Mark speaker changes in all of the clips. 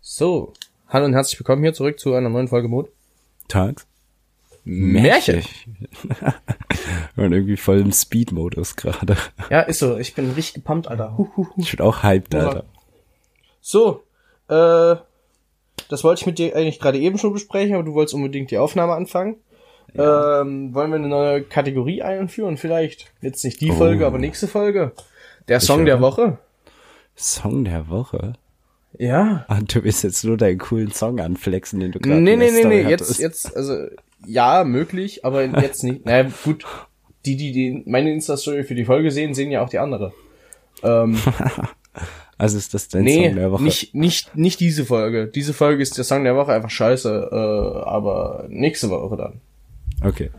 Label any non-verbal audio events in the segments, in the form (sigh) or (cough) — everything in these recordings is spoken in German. Speaker 1: So, hallo und herzlich willkommen hier zurück zu einer neuen Folge Mut.
Speaker 2: Tags.
Speaker 1: Märchen.
Speaker 2: (laughs) Wenn man irgendwie voll im Speed-Mode ist gerade.
Speaker 1: Ja, ist so. Ich bin richtig gepumpt, Alter. Huh, huh, huh.
Speaker 2: Ich bin auch hyped, Alter.
Speaker 1: So, äh, das wollte ich mit dir eigentlich gerade eben schon besprechen, aber du wolltest unbedingt die Aufnahme anfangen. Ähm, wollen wir eine neue Kategorie einführen? Vielleicht jetzt nicht die
Speaker 2: Oh.
Speaker 1: Folge, aber nächste Folge. Der Song
Speaker 2: höre.
Speaker 1: der Woche.
Speaker 2: Song der Woche.
Speaker 1: Ja.
Speaker 2: Ah, du willst jetzt nur deinen coolen Song anflexen, den du gerade
Speaker 1: Nee,
Speaker 2: in
Speaker 1: nee,
Speaker 2: der
Speaker 1: nee,
Speaker 2: Story
Speaker 1: nee. Jetzt,
Speaker 2: hattest.
Speaker 1: jetzt, also ja, möglich, aber jetzt nicht. Naja, gut. Die, die, die meine Insta-Story für die Folge sehen, sehen ja auch die andere. Ähm,
Speaker 2: Also ist das dein
Speaker 1: Nee,
Speaker 2: Song der Woche?
Speaker 1: Nicht, nicht, nicht diese Folge. Diese Folge ist der Song der Woche einfach scheiße, äh, aber nächste Woche dann.
Speaker 2: Okay.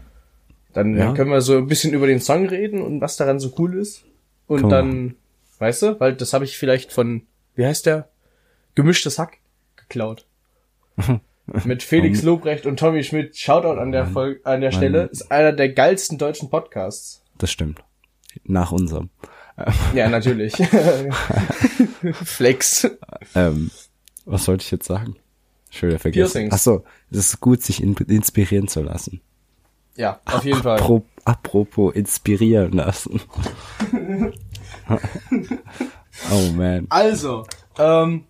Speaker 1: Dann
Speaker 2: Ja.
Speaker 1: können wir so ein bisschen über den Song reden und was daran so cool ist. Und
Speaker 2: Kann man
Speaker 1: dann, weißt du, weil das habe ich vielleicht von, wie heißt der? Gemischtes Hack
Speaker 2: (laughs)
Speaker 1: geklaut. Mit Felix Lobrecht und Tommy Schmidt. Shoutout an der, Folge, an der Stelle. Ist einer der geilsten deutschen Podcasts.
Speaker 2: Das stimmt. Nach unserem. (laughs)
Speaker 1: Ja, natürlich. (laughs) Flex.
Speaker 2: Ähm, was sollte ich jetzt sagen? Schon wieder vergessen.
Speaker 1: Piercings.
Speaker 2: Ach so, es ist gut, sich in inspirieren zu lassen.
Speaker 1: Ja, auf jeden Fall.
Speaker 2: Pro apropos
Speaker 1: (laughs)
Speaker 2: inspirieren lassen. oh man.
Speaker 1: Also, ähm,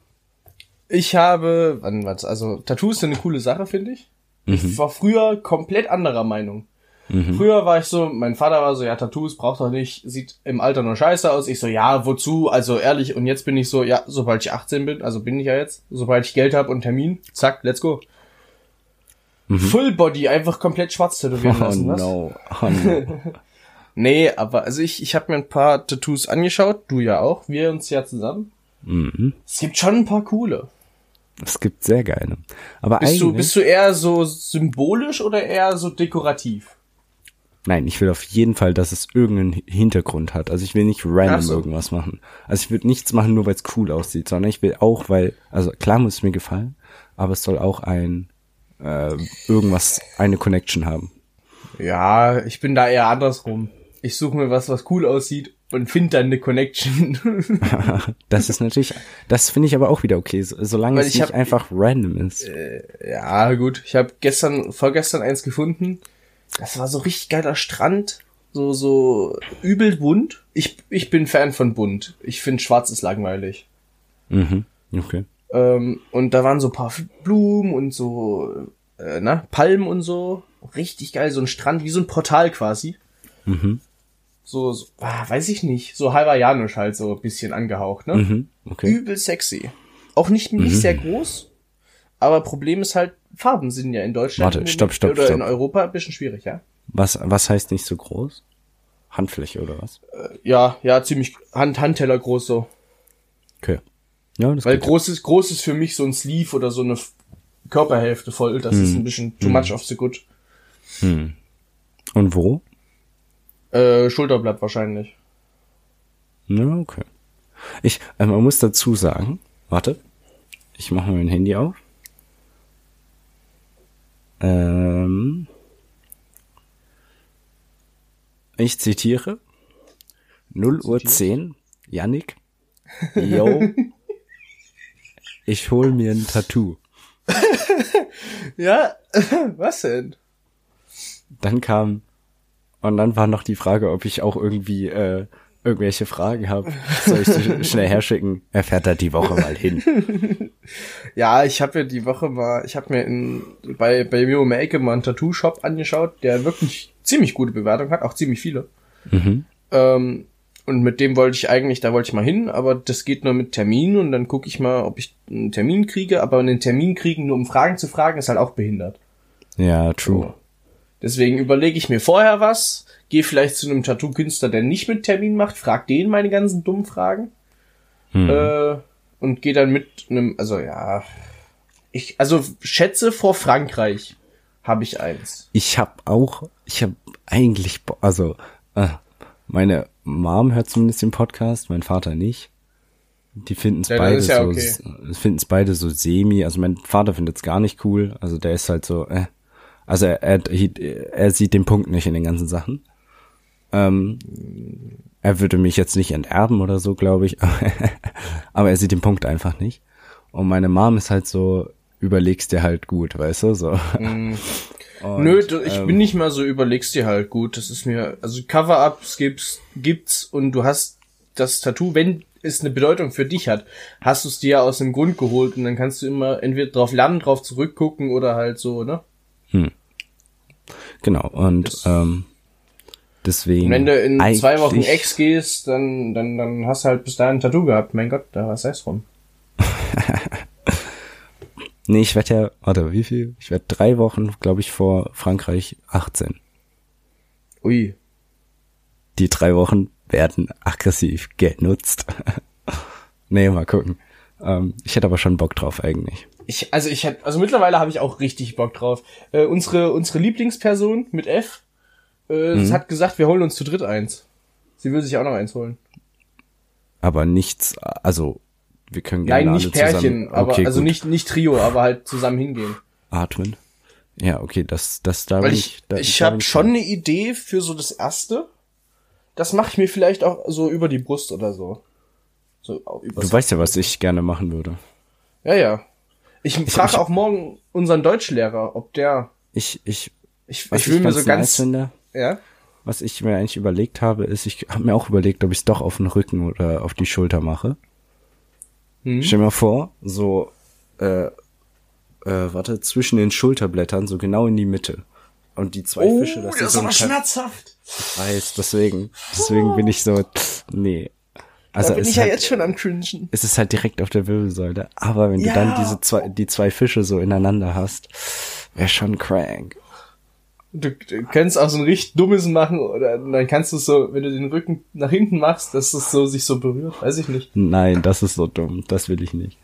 Speaker 1: ich habe, wann war's? Also, Tattoos sind eine coole Sache, finde ich.
Speaker 2: Mhm.
Speaker 1: Ich war früher komplett anderer Meinung. Früher war ich so, mein Vater war so, ja, Tattoos braucht doch nicht, sieht im Alter nur scheiße aus. Ich so, ja, wozu? Also ehrlich, und jetzt bin ich so, ja, sobald ich 18 bin, also bin ich ja jetzt, sobald ich Geld habe und Termin, zack, let's go. Full Body, einfach komplett schwarz tätowieren
Speaker 2: Mhm. Oh
Speaker 1: lassen, was?
Speaker 2: no. Oh no.
Speaker 1: Nee, aber also ich, ich habe mir ein paar Tattoos angeschaut, du ja auch, wir uns ja zusammen.
Speaker 2: Mhm.
Speaker 1: Es gibt schon ein paar coole.
Speaker 2: Es gibt sehr geile. Aber
Speaker 1: Bist
Speaker 2: eigentlich.
Speaker 1: du, bist du eher so symbolisch oder eher so dekorativ?
Speaker 2: Nein, ich will auf jeden Fall, dass es irgendeinen Hintergrund hat. Also ich will nicht random
Speaker 1: Ach so.
Speaker 2: irgendwas machen. Also ich würde nichts machen, nur weil es cool aussieht, sondern ich will auch, weil, also klar muss es mir gefallen, aber es soll auch ein äh, irgendwas, eine Connection haben.
Speaker 1: Ja, ich bin da eher andersrum. Ich suche mir was, was cool aussieht und finde dann eine Connection. (laughs)
Speaker 2: Das ist natürlich, das finde ich aber auch wieder okay, so, solange
Speaker 1: Weil ich
Speaker 2: es nicht
Speaker 1: hab-
Speaker 2: einfach random ist.
Speaker 1: ja, gut. Ich habe gestern, vorgestern eins gefunden. Das war so richtig geiler Strand. So, so übel bunt. Ich, ich bin Fan von bunt. Ich finde schwarz ist langweilig.
Speaker 2: Mhm. Okay.
Speaker 1: Ähm, und da waren so ein paar Blumen und so, äh, na, Palmen und so. Richtig geil, so ein Strand, wie so ein Portal quasi.
Speaker 2: Mhm.
Speaker 1: So, so ah, weiß ich nicht, so hawaiianisch halt so ein bisschen angehaucht, ne?
Speaker 2: Mhm. Okay. Mhm.
Speaker 1: Übel sexy. Auch nicht, nicht sehr groß, aber Problem ist halt, Farben sind ja in Deutschland
Speaker 2: Warte,
Speaker 1: im
Speaker 2: stopp, stopp,
Speaker 1: oder in
Speaker 2: stopp.
Speaker 1: Europa ein bisschen schwierig, ja?
Speaker 2: Was, was heißt nicht so groß? Handfläche oder was?
Speaker 1: Ja, ja, ziemlich Hand, Handteller groß so.
Speaker 2: Okay. Ja, das
Speaker 1: Weil
Speaker 2: geht.
Speaker 1: groß ist, groß ist für mich so ein Sleeve oder so eine F- Körperhälfte voll, das
Speaker 2: Mhm.
Speaker 1: ist ein bisschen too much of the good.
Speaker 2: Und wo?
Speaker 1: Äh, Schulterblatt wahrscheinlich.
Speaker 2: Na, okay. Ich, äh, man muss dazu sagen, warte, ich mache mal mein Handy auf. Ähm, ich zitiere 0 Uhr 10, Yannick, yo, ich hol mir ein Tattoo.
Speaker 1: Ja, (laughs) was denn?
Speaker 2: Dann kam, und dann war noch die Frage, ob ich auch irgendwie äh, irgendwelche Fragen habe. Soll ich sie schnell herschicken? Er fährt da die Woche mal hin.
Speaker 1: Ja, ich habe mir die Woche mal, ich habe mir in, bei, bei mir um die Ecke mal einen Tattoo-Shop angeschaut, der wirklich ziemlich gute Bewertung hat, auch ziemlich viele. Ähm, und mit dem wollte ich eigentlich, da wollte ich mal hin, aber das geht nur mit Termin und dann gucke ich mal, ob ich einen Termin kriege, aber einen Termin kriegen, nur um Fragen zu fragen, ist halt auch behindert.
Speaker 2: Ja, true.
Speaker 1: Deswegen überlege ich mir vorher was, gehe vielleicht zu einem Tattoo-Künstler, der nicht mit Termin macht, frag den meine ganzen dummen Fragen äh, und gehe dann mit einem, also ja, ich, also schätze vor Frankreich habe ich eins.
Speaker 2: Ich habe auch, ich habe eigentlich, bo- also äh, meine Mom hört zumindest den Podcast, mein Vater nicht. Die finden es
Speaker 1: Ja, dann
Speaker 2: beide
Speaker 1: ist ja
Speaker 2: so,
Speaker 1: okay.
Speaker 2: finden es beide so semi. Also mein Vater findet es gar nicht cool. Also der ist halt so, äh, also er, er, er sieht den Punkt nicht in den ganzen Sachen. Ähm, (laughs) er würde mich jetzt nicht enterben oder so, glaube ich. aber er sieht den Punkt einfach nicht. Und meine Mom ist halt so, überlegst dir halt gut, weißt du, so. Mm.
Speaker 1: Und, Nö, ich ähm, bin nicht mal so, überlegst dir halt gut. Das ist mir, also Cover-Ups gibt's, gibt's und du hast das Tattoo, wenn es eine Bedeutung für dich hat, hast du es dir aus dem Grund geholt und dann kannst du immer entweder drauf lernen, drauf zurückgucken oder halt so, ne?
Speaker 2: Hm. Genau, und das, ähm, deswegen.
Speaker 1: Wenn du in zwei Wochen Ex gehst, dann, dann, dann hast du halt bis dahin ein Tattoo gehabt. Mein Gott, da was heißt rum.
Speaker 2: Nee, ich werde ja, warte, wie viel? Ich werde drei Wochen, glaube ich, vor Frankreich 18.
Speaker 1: Ui.
Speaker 2: Die drei Wochen werden aggressiv genutzt. (laughs) nee, mal gucken. Ähm, ich hätte aber schon Bock drauf eigentlich.
Speaker 1: Ich, also ich hätte, also mittlerweile habe ich auch richtig Bock drauf. Äh, unsere, unsere Lieblingsperson mit F äh, mhm. hat gesagt, wir holen uns zu dritt eins. Sie will sich auch noch eins holen.
Speaker 2: Aber nichts, also wir können
Speaker 1: gerne Nein, nicht Pärchen, aber okay, also gut. nicht nicht Trio, aber halt zusammen hingehen.
Speaker 2: Atmen. Ja, okay, das das da
Speaker 1: Weil ich da, ich habe schon eine Idee für so das erste. Das mache ich mir vielleicht auch so über die Brust oder so.
Speaker 2: so du weißt ja, was ich gerne machen würde.
Speaker 1: Ja, ja. Ich, ich frage auch morgen unseren Deutschlehrer, ob der
Speaker 2: Ich ich
Speaker 1: ich, ich will ich mir so ganz
Speaker 2: nice
Speaker 1: ja
Speaker 2: was ich mir eigentlich überlegt habe, ist, ich habe mir auch überlegt, ob ich es doch auf den Rücken oder auf die Schulter mache.
Speaker 1: Hm.
Speaker 2: Mhm. Stell dir mal vor, so, äh, äh, warte, zwischen den Schulterblättern, so genau in die Mitte. Und die zwei
Speaker 1: oh,
Speaker 2: Fische,
Speaker 1: das, das ist so aber schmerzhaft.
Speaker 2: Ich weiß, deswegen, deswegen bin ich so, pff, nee. Also
Speaker 1: da bin ich ja halt, jetzt schon am cringen.
Speaker 2: Es ist halt direkt auf der Wirbelsäule. Aber wenn ja. du dann diese zwei, die zwei Fische so ineinander hast, wäre schon crank.
Speaker 1: Du, du kannst auch so ein richtig dummes machen oder dann kannst du so, wenn du den Rücken nach hinten machst, dass es so sich so berührt, weiß ich nicht.
Speaker 2: Nein, das ist so dumm, das will ich nicht.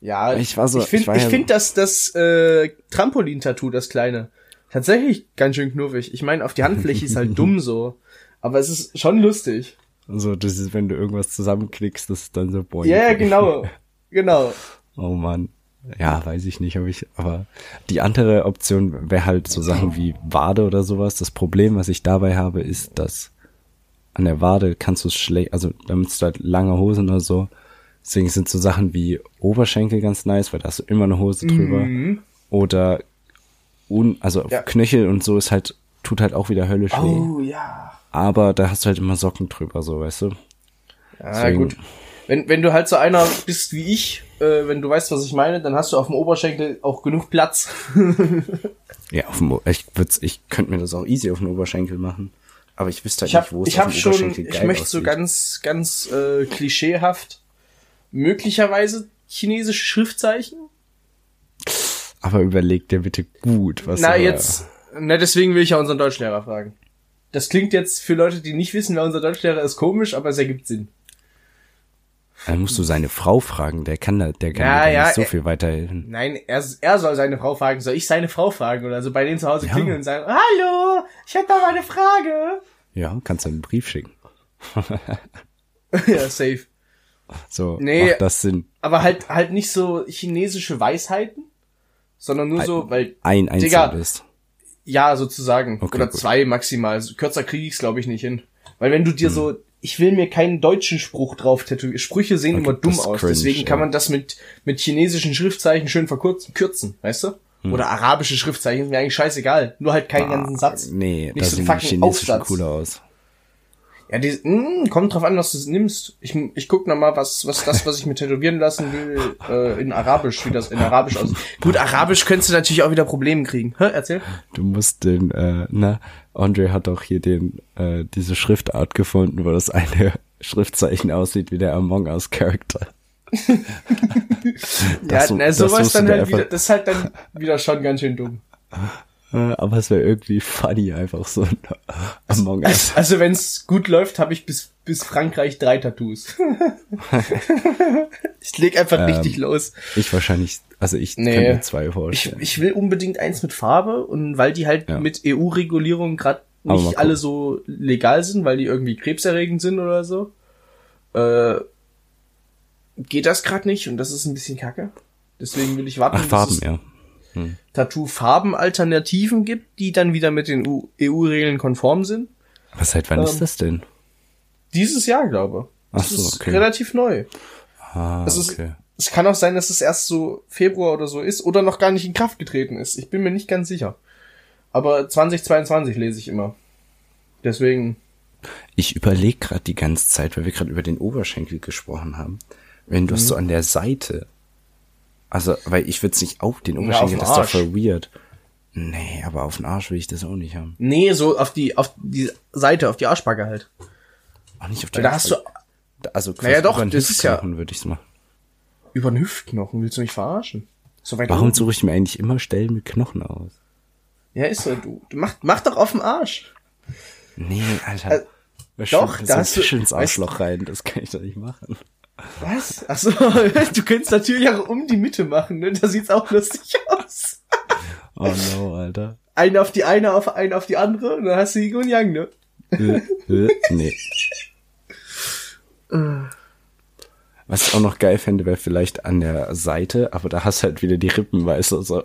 Speaker 1: Ja, ich war so. Ich finde, ich, ich ja finde, dass das äh, Trampolin-Tattoo, das kleine, tatsächlich ganz schön knuffig. Ich meine, auf die Handfläche ist (laughs) halt dumm so, aber es ist schon lustig.
Speaker 2: Also das ist, wenn du irgendwas zusammenklickst, das ist dann so
Speaker 1: boing. Ja, yeah, genau, (laughs) genau.
Speaker 2: Oh man ja, weiß ich nicht, ob ich, aber die andere Option wäre halt so Sachen wie Wade oder sowas. Das Problem, was ich dabei habe, ist, dass an der Wade kannst du es schlecht, also damit du halt lange Hosen oder so. Deswegen sind so Sachen wie Oberschenkel ganz nice, weil da hast du immer eine Hose drüber. Mhm. Oder un, also ja. Knöchel und so ist halt, tut halt auch wieder höllisch
Speaker 1: oh, weh. Ja.
Speaker 2: Aber da hast du halt immer Socken drüber, so, weißt du?
Speaker 1: Ja, Deswegen, Ah, gut wenn, wenn du halt so einer bist wie ich, äh, wenn du weißt, was ich meine, dann hast du auf dem Oberschenkel auch genug Platz.
Speaker 2: ja, auf dem, ich, würd's, ich könnte mir das auch easy auf dem Oberschenkel machen. Aber ich wüsste halt
Speaker 1: ich hab,
Speaker 2: nicht, wo
Speaker 1: es ich hab schon, Ich möchte aussieht. so ganz, ganz äh, klischeehaft möglicherweise chinesische Schriftzeichen.
Speaker 2: Aber überleg dir bitte gut, was
Speaker 1: Na, jetzt, na, deswegen will ich ja unseren Deutschlehrer fragen. Das klingt jetzt für Leute, die nicht wissen, wer unser Deutschlehrer ist, komisch, aber es ergibt Sinn.
Speaker 2: Dann musst du seine Frau fragen, der kann da, der kann ja, da ja,
Speaker 1: äh-
Speaker 2: nicht so viel weiterhelfen.
Speaker 1: Nein, er, er soll seine Frau fragen, soll ich seine Frau fragen oder so bei denen zu Hause ja. klingeln und sagen, hallo, ich hätte da mal eine Frage. (laughs)
Speaker 2: Ja, kannst du einen Brief schicken.
Speaker 1: ja, safe.
Speaker 2: So, nee, macht das Sinn.
Speaker 1: Aber halt, halt nicht so chinesische Weisheiten, sondern nur
Speaker 2: ein,
Speaker 1: so, weil,
Speaker 2: ein einzelnes.
Speaker 1: Ja, sozusagen. Okay, oder gut. zwei maximal. Kürzer kriege ich es, glaube ich, nicht hin. Weil wenn du dir hm. so ich will mir keinen deutschen Spruch drauf tätowieren. Sprüche sehen okay, immer dumm aus, cringe, deswegen kann ja. man das mit, mit chinesischen Schriftzeichen schön verkürzen, kürzen, weißt du? Hm. Oder arabische Schriftzeichen, ist mir eigentlich scheißegal. Nur halt keinen ah, ganzen Satz.
Speaker 2: Nee, nicht das so sieht fucking Aufsatz. cooler aus.
Speaker 1: Ja, die, mh, kommt drauf an, was du nimmst. Ich, ich guck noch mal, was, was das, was ich mir tätowieren lassen will, äh, in Arabisch, wie das in Arabisch aussieht. Gut, Arabisch könntest du natürlich auch wieder Probleme kriegen. Hä, erzähl.
Speaker 2: Du musst den, äh, na, Andre hat auch hier den, äh, diese Schriftart gefunden, wo das eine (laughs) Schriftzeichen aussieht wie der Among Us Character.
Speaker 1: das, ja, na, sowas dann halt wieder, das ist halt dann wieder schon ganz schön dumm.
Speaker 2: Aber es wäre irgendwie funny, einfach so ein
Speaker 1: Among Us. Also, also wenn es gut läuft, habe ich bis, bis Frankreich drei (laughs) Tattoos. ich leg einfach ähm, richtig los.
Speaker 2: Ich wahrscheinlich, also ich nee, kann mir zwei vorstellen.
Speaker 1: Ich, ich will unbedingt eins mit Farbe und weil die halt ja. mit EU-Regulierung gerade nicht alle so legal sind, weil die irgendwie krebserregend sind oder so, äh, geht das gerade nicht und das ist ein bisschen kacke. Deswegen will ich warten.
Speaker 2: Ach, Farben, ja.
Speaker 1: Hm. Tattoo-Farben-Alternativen gibt, die dann wieder mit den EU-Regeln konform sind.
Speaker 2: Was seit wann ähm, ist das denn?
Speaker 1: Dieses Jahr, glaube ich.
Speaker 2: Ach so, okay.
Speaker 1: relativ neu.
Speaker 2: Ah, das ist, okay.
Speaker 1: Es kann auch sein, dass es erst so Februar oder so ist oder noch gar nicht in Kraft getreten ist. Ich bin mir nicht ganz sicher. Aber 2022 lese ich immer. Deswegen.
Speaker 2: Ich überlege gerade die ganze Zeit, weil wir gerade über den Oberschenkel gesprochen haben. Wenn du es
Speaker 1: Mhm.
Speaker 2: so an der Seite. Also, weil ich würde es nicht auf den
Speaker 1: auf
Speaker 2: Oberschenkel,
Speaker 1: den
Speaker 2: das ist doch
Speaker 1: Arsch.
Speaker 2: voll weird. Nee, aber auf den Arsch will ich das auch nicht haben.
Speaker 1: Nee, so auf die, auf die Seite, auf die Arschbacke halt.
Speaker 2: Auch nicht auf
Speaker 1: Weil
Speaker 2: den
Speaker 1: da hast du
Speaker 2: du. Also quasi
Speaker 1: Naja, doch,
Speaker 2: über den
Speaker 1: das ist ja-
Speaker 2: Hüftknochen würde ich's machen.
Speaker 1: über den Hüftknochen, willst du mich verarschen? So weit
Speaker 2: Warum
Speaker 1: oben.
Speaker 2: suche ich mir eigentlich immer Stellen mit Knochen aus?
Speaker 1: Ja, ist so, du. du mach, mach doch auf den Arsch.
Speaker 2: Nee, Alter.
Speaker 1: Äh,
Speaker 2: da
Speaker 1: doch,
Speaker 2: schwimmt
Speaker 1: da
Speaker 2: so ein
Speaker 1: hast du-
Speaker 2: Fisch ins
Speaker 1: weißt-
Speaker 2: Arschloch rein, das kann ich doch nicht machen.
Speaker 1: Was? Ach so, (laughs) du könntest natürlich auch um die Mitte machen, ne? Da sieht's auch lustig (laughs) aus.
Speaker 2: Oh no, Alter.
Speaker 1: Eine auf die eine, auf eine auf die andere, und dann hast du Yin und Yang, ne?
Speaker 2: Äh, äh, nee. Was ich auch noch geil fände, wäre vielleicht an der Seite, aber da hast du halt wieder die Rippen, weißt du, so.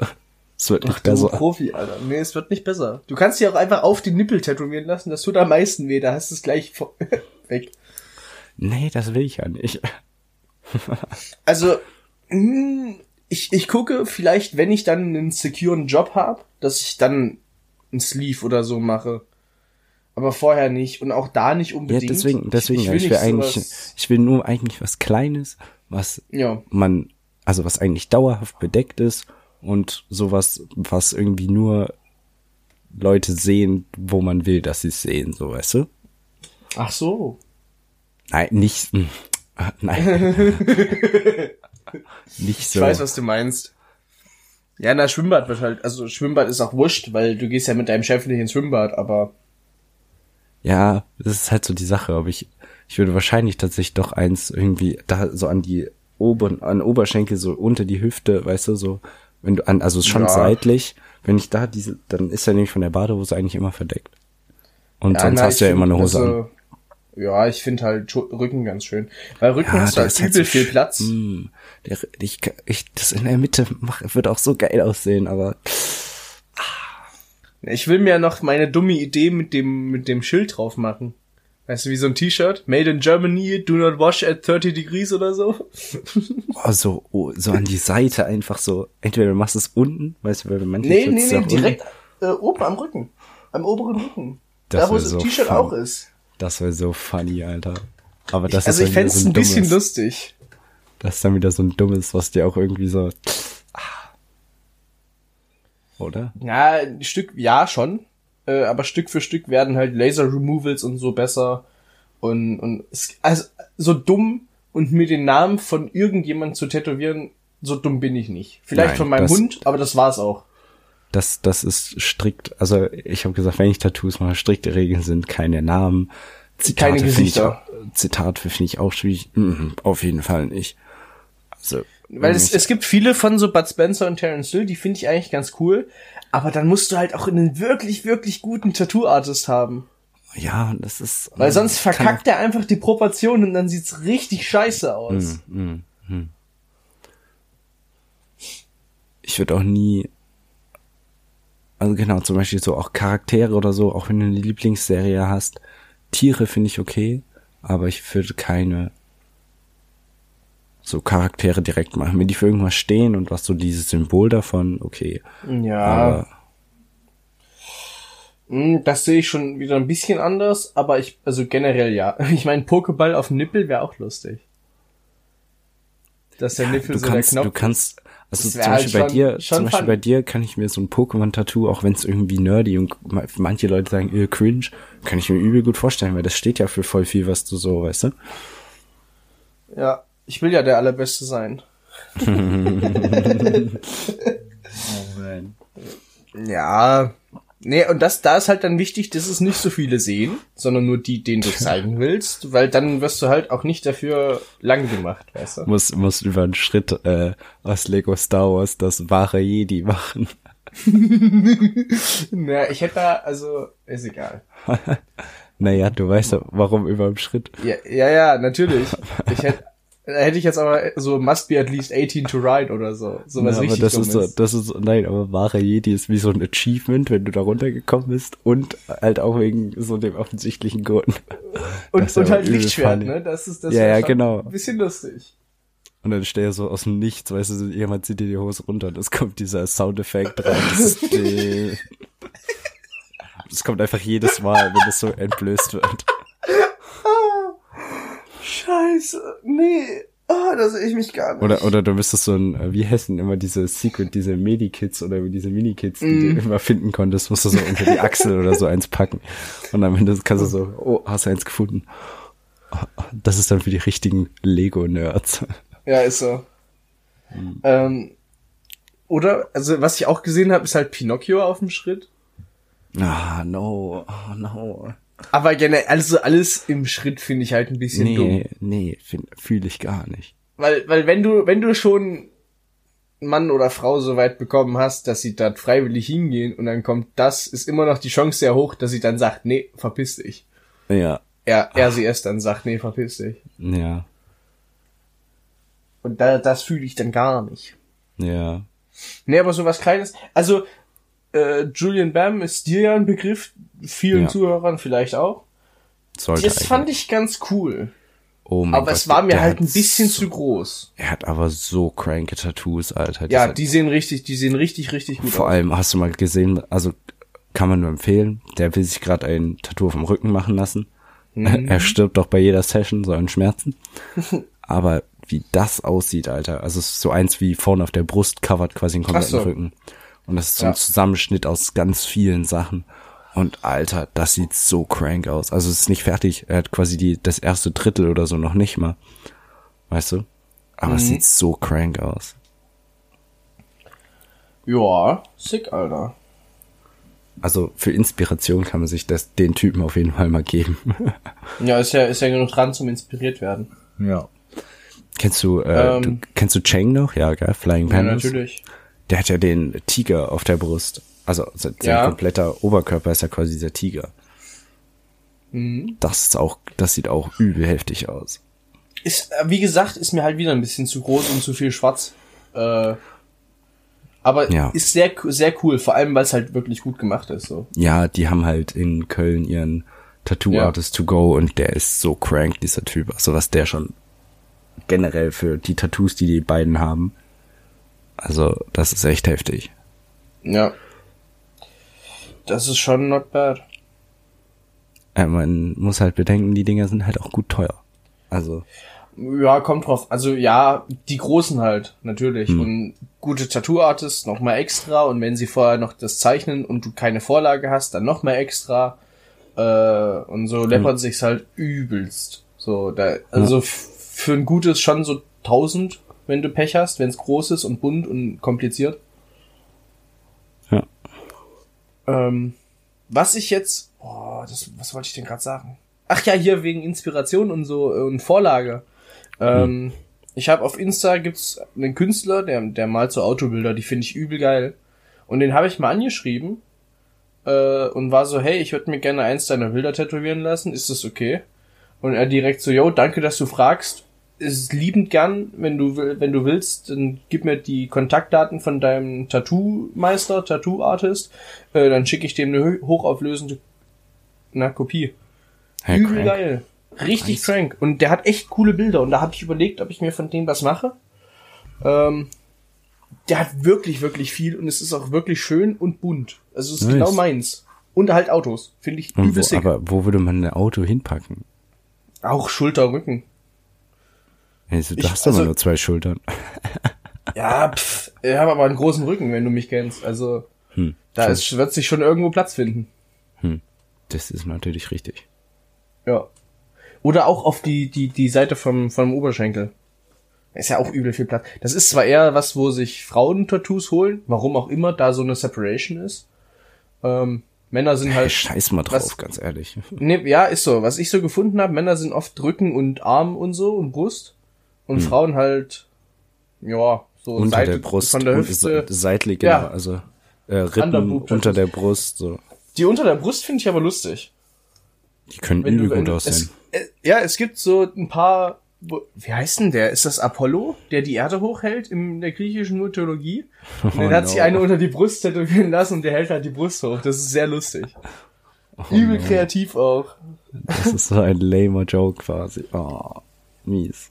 Speaker 2: Es wird nicht
Speaker 1: Du
Speaker 2: besser.
Speaker 1: Profi, Alter. Nee, es wird nicht besser. Du kannst dir auch einfach auf den Nippel tätowieren lassen, das tut am meisten weh, da hast du es gleich vor- (laughs) weg.
Speaker 2: Nee, das will ich ja nicht.
Speaker 1: Also, mh, ich, ich gucke vielleicht, wenn ich dann einen securen Job habe, dass ich dann einen Sleeve oder so mache. Aber vorher nicht und auch da nicht
Speaker 2: Ja,
Speaker 1: unbedingt.
Speaker 2: deswegen, deswegen, ich will,
Speaker 1: nicht
Speaker 2: eigentlich,
Speaker 1: sowas-
Speaker 2: ich will nur eigentlich was Kleines, was
Speaker 1: Ja.
Speaker 2: man, also was eigentlich dauerhaft bedeckt ist und sowas, was irgendwie nur Leute sehen, wo man will, dass sie es sehen, so weißt du?
Speaker 1: Ach so.
Speaker 2: Nein, nicht.
Speaker 1: Hm.
Speaker 2: mh, ah, (laughs) Nein.
Speaker 1: (laughs)
Speaker 2: nicht so.
Speaker 1: Ich weiß, was du meinst. Ja, na, Schwimmbad wird halt, also Schwimmbad ist auch wurscht, weil du gehst ja mit deinem Chef nicht ins Schwimmbad, aber
Speaker 2: Ja, das ist halt so die Sache, aber ich, ich würde wahrscheinlich tatsächlich doch eins irgendwie da so an die oberen, an Oberschenkel, so unter die Hüfte, weißt du, so, wenn du an, also schon
Speaker 1: Ja.
Speaker 2: seitlich, wenn ich da diese, dann ist er nämlich von der Badehose eigentlich immer verdeckt. Und sonst
Speaker 1: na,
Speaker 2: hast
Speaker 1: ich
Speaker 2: du ja immer
Speaker 1: find,
Speaker 2: eine Hose
Speaker 1: also,
Speaker 2: an.
Speaker 1: Ja, ich finde halt Schu- Rücken ganz schön. Weil Rücken
Speaker 2: Ja,
Speaker 1: hast du
Speaker 2: da
Speaker 1: halt
Speaker 2: ist
Speaker 1: übel
Speaker 2: halt so
Speaker 1: viel
Speaker 2: sch-
Speaker 1: Platz.
Speaker 2: Mm, der, ich, ich, das in der Mitte mach, wird auch so geil aussehen, aber
Speaker 1: Ich will mir noch meine dumme Idee mit dem, mit dem Schild drauf machen. Weißt du, wie so ein T-Shirt? Made in Germany, do not wash at 30 degrees oder
Speaker 2: (laughs)
Speaker 1: so.
Speaker 2: oh, so, oh, so an die Seite einfach so. Entweder du machst es unten, weißt du, weil manche
Speaker 1: Nee,
Speaker 2: Shirts
Speaker 1: nee,
Speaker 2: ja
Speaker 1: nee,
Speaker 2: unten-
Speaker 1: direkt äh, oben am Rücken. Am oberen Rücken.
Speaker 2: Das
Speaker 1: da, wo
Speaker 2: wär
Speaker 1: das
Speaker 2: so
Speaker 1: T-Shirt
Speaker 2: fun.
Speaker 1: auch ist.
Speaker 2: Das wäre so funny, Alter. Aber das
Speaker 1: also
Speaker 2: ist
Speaker 1: ich
Speaker 2: dann wieder
Speaker 1: fänd's
Speaker 2: so
Speaker 1: ein bisschen
Speaker 2: dummes,
Speaker 1: lustig.
Speaker 2: das ist dann wieder so ein dummes, was dir auch irgendwie so ah. oder?
Speaker 1: Ja, ein Stück, ja, schon. Äh, aber Stück für Stück werden halt Laser-Removals und so besser. Und, und es, also, so dumm und mir den Namen von irgendjemand zu tätowieren, so dumm bin ich nicht. Vielleicht
Speaker 2: Nein,
Speaker 1: von meinem
Speaker 2: das-
Speaker 1: Hund, aber das war's auch.
Speaker 2: Das das ist strikt, also ich habe gesagt, wenn ich Tattoos mache, strikte Regeln sind keine Namen, Zitate
Speaker 1: Keine
Speaker 2: finde ich
Speaker 1: Gesichter.
Speaker 2: auch- Zitate finde ich auch schwierig. Mhm, auf jeden Fall nicht. Also
Speaker 1: Weil es, es gibt viele von so Bud Spencer und Terence Hill, die finde ich eigentlich ganz cool. Aber dann musst du halt auch einen wirklich, wirklich guten Tattoo-Artist haben.
Speaker 2: ja, das ist
Speaker 1: Weil sonst
Speaker 2: Hm, kann auch-
Speaker 1: verkackt er einfach die Proportionen und dann sieht's richtig scheiße aus.
Speaker 2: ich würde auch nie, also genau, zum Beispiel so auch Charaktere oder so, auch wenn du eine Lieblingsserie hast, Tiere finde ich okay, aber ich würde keine so Charaktere direkt machen. Wenn die für irgendwas stehen und was so dieses Symbol davon, okay.
Speaker 1: Ja,
Speaker 2: Hm. Aber
Speaker 1: mh, Hm, das sehe ich schon wieder ein bisschen anders, aber ich, also generell ja. (laughs) Ich meine, Pokéball auf dem Nippel wäre auch lustig. Dass also der Nippel
Speaker 2: du
Speaker 1: so
Speaker 2: kannst,
Speaker 1: der Knopf
Speaker 2: du kannst, also
Speaker 1: Das
Speaker 2: zum
Speaker 1: wär halt
Speaker 2: Beispiel bei
Speaker 1: schon-
Speaker 2: dir,
Speaker 1: schon
Speaker 2: zum Beispiel
Speaker 1: fun.
Speaker 2: bei dir kann ich mir so ein Pokémon-Tattoo, auch wenn es irgendwie nerdy und ma- manche Leute sagen, äh, cringe, kann ich mir übel gut vorstellen, weil das steht ja für voll viel, was du so, weißt du?
Speaker 1: Ja, ich will ja der Allerbeste sein. Ja. Nee, und das, da ist halt dann wichtig, dass es nicht so viele sehen, sondern nur die, denen du zeigen willst, weil dann wirst du halt auch nicht dafür lang gemacht, weißt du?
Speaker 2: muss, muss über einen Schritt äh, aus Lego Star Wars das wahre Jedi machen. (laughs)
Speaker 1: Na, ich hätte da, also, ist egal.
Speaker 2: Naja, du weißt ja, warum über einen Schritt.
Speaker 1: Ja, ja, ja natürlich. Ich hätte, da hätte ich jetzt aber so must be at least 18 to ride oder so. Sowas
Speaker 2: Na, aber
Speaker 1: richtig
Speaker 2: das ist,
Speaker 1: Dummes.
Speaker 2: so, das ist, so- nein, aber wahre Jedi ist wie so ein Achievement, wenn du da runtergekommen bist und halt auch wegen so dem offensichtlichen Grund. Das
Speaker 1: und
Speaker 2: ist ja
Speaker 1: und halt
Speaker 2: übel
Speaker 1: Lichtschwert,
Speaker 2: funny.
Speaker 1: ne? Das ist das
Speaker 2: Ja,
Speaker 1: wär
Speaker 2: ja,
Speaker 1: schon
Speaker 2: genau.
Speaker 1: ein bisschen lustig.
Speaker 2: Und dann steht er so aus dem Nichts, weißt du, jemand zieht dir die Hose runter und es kommt dieser Soundeffekt rein. Das, ist
Speaker 1: (laughs)
Speaker 2: die- das kommt einfach jedes Mal, wenn es so entblößt wird.
Speaker 1: Scheiße, nee, ah, da sehe ich mich gar nicht.
Speaker 2: Oder, oder du müsstest so ein, äh, wie heißen immer diese Secret, diese Medikits oder diese Minikits, die
Speaker 1: Mhm.
Speaker 2: du immer finden konntest, musst du so unter die Achsel oder so eins packen. Und am Ende kannst du so, oh, hast du eins gefunden. Das ist dann für die richtigen Lego-Nerds.
Speaker 1: Ja, ist so.
Speaker 2: Hm.
Speaker 1: Ähm, oder, also was ich auch gesehen habe, ist halt Pinocchio auf dem Schritt.
Speaker 2: Ah, no, oh, no.
Speaker 1: Aber generell, also alles im Schritt finde ich halt ein bisschen dumm.
Speaker 2: Nee, nee, fühle ich gar nicht.
Speaker 1: Weil, weil wenn du, wenn du schon einen Mann oder Frau so weit bekommen hast, dass sie dort freiwillig hingehen und dann kommt das, ist immer noch die Chance sehr hoch, dass sie dann sagt, nee, verpiss dich.
Speaker 2: Ja,
Speaker 1: Er, er sie erst dann sagt, nee, verpiss dich.
Speaker 2: ja,
Speaker 1: Und da, das fühle ich dann gar nicht.
Speaker 2: ja.
Speaker 1: Nee, aber sowas Kleines. Also, äh, Julian Bam ist dir ja ein Begriff, vielen
Speaker 2: Ja.
Speaker 1: Zuhörern vielleicht auch.
Speaker 2: Sollte
Speaker 1: Das fand ich ganz cool.
Speaker 2: oh mein
Speaker 1: Aber es war mir
Speaker 2: der
Speaker 1: halt ein
Speaker 2: hat
Speaker 1: bisschen
Speaker 2: so-
Speaker 1: zu groß.
Speaker 2: Er hat aber so cranke Tattoos, Alter.
Speaker 1: Ja,
Speaker 2: Dieser-
Speaker 1: die sehen richtig, die sehen richtig, richtig gut
Speaker 2: Vor
Speaker 1: aus.
Speaker 2: allem hast du mal gesehen, also kann man nur empfehlen, der will sich gerade ein Tattoo vom Rücken machen lassen.
Speaker 1: Mhm.
Speaker 2: Er stirbt doch bei jeder Session, so
Speaker 1: (laughs)
Speaker 2: an Schmerzen. Aber wie das aussieht, Alter, also es ist so eins wie vorne auf der Brust covert quasi den kompletten
Speaker 1: Ach so.
Speaker 2: Rücken. Und das ist so ein
Speaker 1: Ja.
Speaker 2: Zusammenschnitt aus ganz vielen Sachen. Und Alter, das sieht so crank aus. Also es ist nicht fertig. Er hat quasi die, das erste Drittel oder so noch nicht mal. Weißt du? Aber
Speaker 1: Mhm.
Speaker 2: es sieht so crank aus.
Speaker 1: Ja, sick, Alter.
Speaker 2: Also für Inspiration kann man sich das, den Typen auf jeden Fall
Speaker 1: (laughs)
Speaker 2: mal geben.
Speaker 1: Ja, ist ja, ist ja genug dran zum inspiriert werden.
Speaker 2: Ja. Kennst du, äh,
Speaker 1: Ähm.
Speaker 2: du kennst du Cheng noch? Ja, gell? Flying
Speaker 1: Ja,
Speaker 2: Pandas.
Speaker 1: natürlich.
Speaker 2: Der hat ja den Tiger auf der Brust. Also se- sein
Speaker 1: Ja.
Speaker 2: kompletter Oberkörper ist ja quasi dieser Tiger.
Speaker 1: Mhm.
Speaker 2: Das ist auch, das sieht auch übel heftig aus.
Speaker 1: Ist, äh, wie gesagt, ist mir halt wieder ein bisschen zu groß und zu viel schwarz. Äh, aber
Speaker 2: Ja.
Speaker 1: ist sehr, sehr cool, vor allem, weil es halt wirklich gut gemacht ist, so.
Speaker 2: Ja, die haben halt in Köln ihren Tattoo
Speaker 1: Ja.
Speaker 2: Artist to go und der ist so crank, dieser Typ. Also was der schon generell für die Tattoos, die die beiden haben. Also das ist echt heftig.
Speaker 1: Ja. Das ist schon not bad.
Speaker 2: Äh, man muss halt bedenken, die Dinger sind halt auch gut teuer. Also,
Speaker 1: Ja, kommt drauf. Also ja, die Großen halt, natürlich. Und gute Tattoo-Artists nochmal extra. Und wenn sie vorher noch das zeichnen und du keine Vorlage hast, dann nochmal extra. Äh, und so läppert sich's halt übelst. So, da, also f- für ein gutes schon so 1000, wenn du Pech hast, wenn's groß ist und bunt und kompliziert.
Speaker 2: ja.
Speaker 1: Ähm, was ich jetzt. Oh, das, was wollte ich denn gerade sagen? Ach ja, hier wegen Inspiration und so äh, und Vorlage. Ähm, Ich habe auf Insta gibt's einen Künstler, der, der malt so Autobilder, die finde ich übel geil. Und den habe ich mal angeschrieben äh, und war so, hey, ich würde mir gerne eins deiner Bilder tätowieren lassen, ist das okay? Und er direkt so, yo, danke, dass du fragst. Ist liebend gern, wenn du will- wenn du willst, dann gib mir die Kontaktdaten von deinem Tattoo-Meister, Tattoo-Artist. Äh, dann schicke ich dem eine hö- hochauflösende na, Kopie.
Speaker 2: Hey,
Speaker 1: Übel
Speaker 2: crank.
Speaker 1: geil. Richtig
Speaker 2: Nice.
Speaker 1: crank. Und der hat echt coole Bilder. Und da habe ich überlegt, ob ich mir von dem was mache. Ähm, der hat wirklich, wirklich viel. Und es ist auch wirklich schön und bunt. Also es ist
Speaker 2: Nice.
Speaker 1: genau meins. Und halt Autos. Finde ich
Speaker 2: Und
Speaker 1: übel
Speaker 2: wo,
Speaker 1: sick.
Speaker 2: aber wo würde man ein Auto hinpacken?
Speaker 1: Auch Schulter, Rücken.
Speaker 2: Also, du
Speaker 1: Ich-
Speaker 2: hast doch
Speaker 1: also-
Speaker 2: mal nur zwei Schultern.
Speaker 1: Ja, pff, ich habe aber einen großen Rücken, wenn du mich kennst. Also
Speaker 2: Hm,
Speaker 1: da ist, wird sich schon irgendwo Platz finden.
Speaker 2: Das ist natürlich richtig.
Speaker 1: Ja. Oder auch auf die, die, die Seite vom, vom Oberschenkel. Ist ja auch übel viel Platz. Das ist zwar eher was, wo sich Frauen Tattoos holen, warum auch immer da so eine Separation ist. Ähm, Männer sind
Speaker 2: Hey,
Speaker 1: halt.
Speaker 2: scheiß mal drauf,
Speaker 1: was-
Speaker 2: ganz ehrlich.
Speaker 1: Nee, ja, ist so. Was ich so gefunden habe, Männer sind oft Rücken und Arm und so und Brust. Und Frauen halt, ja, so
Speaker 2: Hm. Unter
Speaker 1: Seite
Speaker 2: der Brust,
Speaker 1: von der
Speaker 2: un-
Speaker 1: Hüfte.
Speaker 2: se- seitlich, genau.
Speaker 1: Ja.
Speaker 2: Also, äh, Rippen
Speaker 1: Underboob-Tattoos.
Speaker 2: unter der Brust, so.
Speaker 1: Die unter der Brust finde ich aber lustig.
Speaker 2: Die können
Speaker 1: Wenn
Speaker 2: übel
Speaker 1: du- wenn
Speaker 2: gut
Speaker 1: du-
Speaker 2: aussehen.
Speaker 1: Es, äh, ja, es gibt so ein paar. wo- Wie heißt denn der? Ist das Apollo, der die Erde hochhält in der griechischen Mythologie? Und dann
Speaker 2: (laughs) Oh
Speaker 1: hat
Speaker 2: no.
Speaker 1: sich einer unter die Brust tätowieren lassen und der hält halt die Brust hoch. Das ist sehr lustig.
Speaker 2: Oh,
Speaker 1: Übel kreativ auch.
Speaker 2: Ah, Das ist so ein lamer Joke quasi. Oh, mies.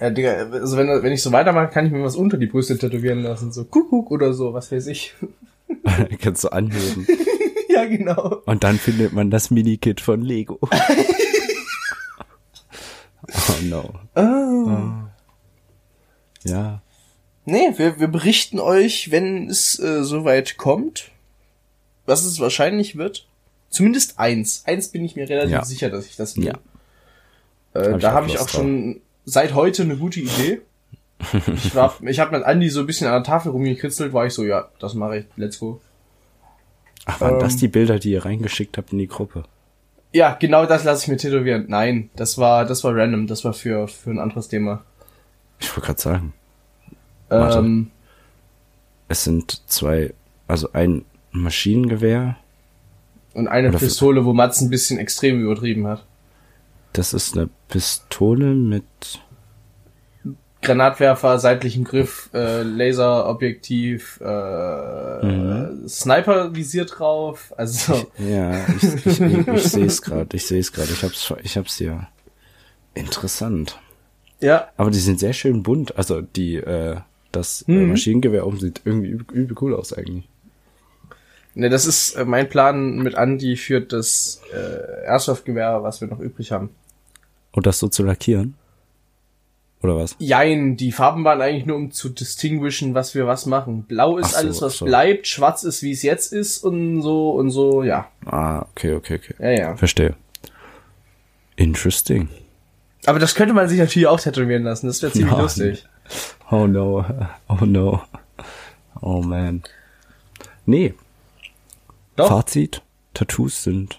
Speaker 1: Ja, Digga, also wenn, wenn ich so weitermache, kann ich mir was unter die Brüste tätowieren lassen. So Kuckuck oder so, was weiß ich.
Speaker 2: (laughs)
Speaker 1: (laughs)
Speaker 2: Kannst du anheben.
Speaker 1: ja, genau.
Speaker 2: Und dann findet man das Minikit von Lego. oh no.
Speaker 1: Ah.
Speaker 2: Ja.
Speaker 1: Nee, wir, wir berichten euch, wenn es äh, soweit kommt, was es wahrscheinlich wird. Zumindest eins. Eins bin ich mir relativ
Speaker 2: Ja.
Speaker 1: sicher, dass ich das will.
Speaker 2: Ja.
Speaker 1: Äh,
Speaker 2: Hab ich
Speaker 1: da
Speaker 2: auch
Speaker 1: habe ich
Speaker 2: Lust
Speaker 1: auch schon seit heute eine gute
Speaker 2: (laughs)
Speaker 1: Idee. ich war, ich habe mit Andi so ein bisschen an der Tafel rumgekritzelt, war ich so, ja, das mache ich, let's go.
Speaker 2: Ach, waren
Speaker 1: Ähm.
Speaker 2: das die Bilder, die ihr reingeschickt habt in die Gruppe?
Speaker 1: Ja, genau das lasse ich mir tätowieren. Nein, das war, das war random, das war für, für ein anderes Thema.
Speaker 2: Ich wollte gerade sagen. Warte.
Speaker 1: Ähm,
Speaker 2: Es sind zwei, also ein Maschinengewehr.
Speaker 1: und eine
Speaker 2: Oder für-
Speaker 1: Pistole, wo Mats ein bisschen extrem übertrieben hat.
Speaker 2: Das ist eine Pistole mit.
Speaker 1: Granatwerfer, seitlichen Griff, äh, Laserobjektiv, äh,
Speaker 2: Mhm.
Speaker 1: Sniper-Visier drauf. Also
Speaker 2: (laughs) Ja, ich, ich, ich, ich sehe es gerade. Ich sehe es gerade. Ich hab's, ich hab's hier. Interessant.
Speaker 1: ja,
Speaker 2: Aber die sind sehr schön bunt. Also die, äh, das äh, Maschinengewehr oben sieht irgendwie übel, übel cool aus eigentlich.
Speaker 1: ne, das ist äh, mein Plan mit Andy für das äh, Airsoft-Gewehr, was wir noch übrig haben.
Speaker 2: Und das so zu lackieren? Oder was?
Speaker 1: Jein, die Farben waren eigentlich nur, um zu distinguishen, was wir was machen. Blau ist
Speaker 2: Ach so,
Speaker 1: alles, was
Speaker 2: so.
Speaker 1: bleibt, schwarz ist, wie es jetzt ist und so und so, ja.
Speaker 2: Ah, okay, okay, okay.
Speaker 1: Ja, ja.
Speaker 2: Verstehe. Interesting.
Speaker 1: Aber das könnte man sich natürlich auch tätowieren lassen, das wäre ziemlich
Speaker 2: Ja.
Speaker 1: lustig.
Speaker 2: Oh no. (laughs) Oh no. Oh man. Nee,
Speaker 1: Doch,
Speaker 2: Fazit. Tattoos sind.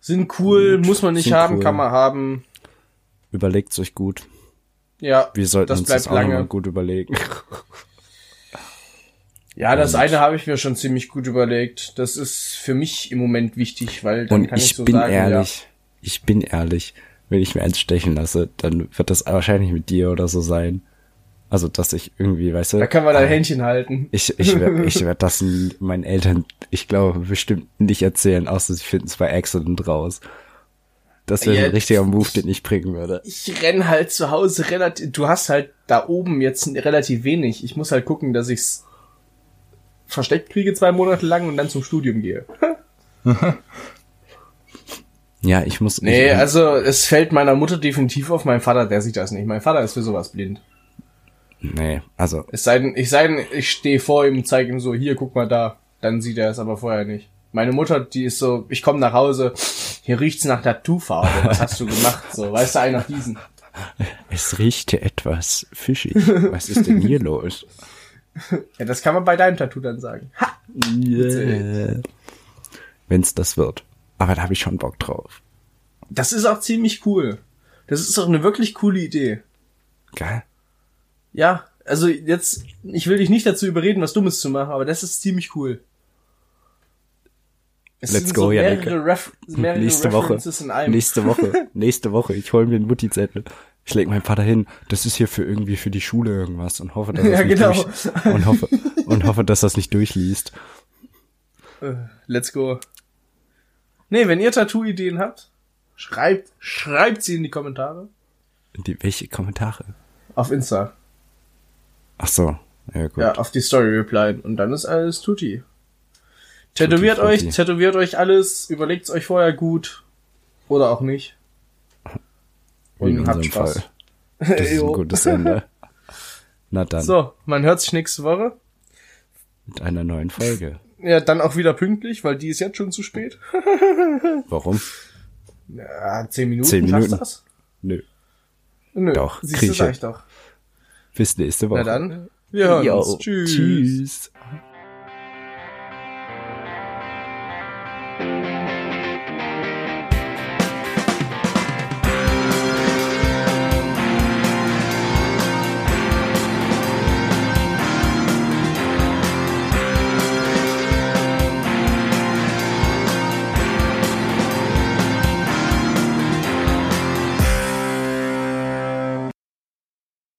Speaker 1: sind cool, muss man nicht
Speaker 2: sind
Speaker 1: haben,
Speaker 2: cool.
Speaker 1: kann man haben.
Speaker 2: Überlegt's euch gut.
Speaker 1: Ja,
Speaker 2: Wir sollten
Speaker 1: das
Speaker 2: uns
Speaker 1: bleibt
Speaker 2: das auch
Speaker 1: lange.
Speaker 2: nochmal gut überlegen.
Speaker 1: Ja, das eine habe ich mir schon ziemlich gut überlegt. Das ist für mich im Moment wichtig, weil dann
Speaker 2: Und
Speaker 1: kann ich,
Speaker 2: ich,
Speaker 1: so
Speaker 2: bin
Speaker 1: sagen,
Speaker 2: ehrlich, ich bin ehrlich, wenn ich mir eins stechen lasse, dann wird das wahrscheinlich mit dir oder so sein. Also, dass ich irgendwie, weißt du.
Speaker 1: ja, da kann man dein Händchen halten.
Speaker 2: ähm, Ich, ich werde ich werd das n- meinen Eltern, ich glaube, bestimmt nicht erzählen, außer sie finden es bei Accident raus. Das wäre ein
Speaker 1: Jetzt-
Speaker 2: richtiger Move, den ich bringen würde.
Speaker 1: Ich renn halt zu Hause relativ. Du hast halt da oben jetzt relativ wenig. Ich muss halt gucken, dass ich's versteckt kriege zwei Monate lang und dann zum Studium gehe.
Speaker 2: Ja, ich muss.
Speaker 1: Nee,
Speaker 2: ich,
Speaker 1: also es fällt meiner Mutter definitiv auf. Mein Vater, der sieht das nicht. Mein Vater ist für sowas blind.
Speaker 2: nee, also,
Speaker 1: Es sei denn, ich sei denn, ich stehe vor ihm, zeige ihm so, hier, guck mal da. Dann sieht er es aber vorher nicht. Meine Mutter, die ist so, ich komme nach Hause, hier riecht's nach Tattoo-Farbe. Was hast du gemacht? So, weißt du, einen nach diesen.
Speaker 2: es riechte etwas fischig. Was ist denn hier
Speaker 1: (laughs)
Speaker 2: los?
Speaker 1: Ja, das kann man bei deinem Tattoo dann sagen. Ha!
Speaker 2: Yeah. Wenn's das wird. Aber da habe ich schon Bock drauf.
Speaker 1: Das ist auch ziemlich cool. Das ist auch eine wirklich coole Idee.
Speaker 2: Geil.
Speaker 1: Ja, also jetzt, ich will dich nicht dazu überreden, was Dummes zu machen, aber das ist ziemlich cool. Es
Speaker 2: Let's
Speaker 1: sind
Speaker 2: go,
Speaker 1: so
Speaker 2: Yannick.
Speaker 1: mehrere, Ref mehrere
Speaker 2: Nächste Woche.
Speaker 1: References in einem.
Speaker 2: Nächste
Speaker 1: (laughs)
Speaker 2: Woche. Nächste Woche. Ich hole mir einen Mutti-Zettel. Ich leg meinen Vater hin. Das ist hier für irgendwie für die Schule irgendwas und hoffe, dass
Speaker 1: (laughs) Ja,
Speaker 2: das nicht
Speaker 1: genau.
Speaker 2: durch, und hoffe und hoffe, dass das nicht durchliest.
Speaker 1: Let's go. Nee, wenn ihr Tattoo-Ideen habt, schreibt, schreibt sie in die Kommentare.
Speaker 2: Die, welche Kommentare?
Speaker 1: Auf Insta.
Speaker 2: Ach so. Ja gut.
Speaker 1: Ja, auf die Story replyen. Und dann ist alles Tutti. Tätowiert
Speaker 2: Tutti frutti.
Speaker 1: euch, tätowiert euch alles, überlegt's euch vorher gut. Oder auch nicht.
Speaker 2: wie in
Speaker 1: Und habt
Speaker 2: unserem
Speaker 1: Spaß.
Speaker 2: Fall. Das ist ein
Speaker 1: (laughs) Jo.
Speaker 2: gutes Ende. Na dann
Speaker 1: So, man hört sich nächste Woche.
Speaker 2: mit einer neuen Folge.
Speaker 1: Ja, dann auch wieder pünktlich, weil die ist jetzt schon zu spät.
Speaker 2: Warum?
Speaker 1: Ja, zehn Minuten,
Speaker 2: Zehn
Speaker 1: schaffst
Speaker 2: Minuten.
Speaker 1: das?
Speaker 2: Nö.
Speaker 1: Nö,
Speaker 2: Doch,
Speaker 1: siehst
Speaker 2: krieg
Speaker 1: du,
Speaker 2: ich
Speaker 1: sag
Speaker 2: hin.
Speaker 1: ich doch.
Speaker 2: Bis nächste Woche.
Speaker 1: Na dann, wir hören
Speaker 2: Jo.
Speaker 1: uns. Tschüss.
Speaker 2: Tschüss.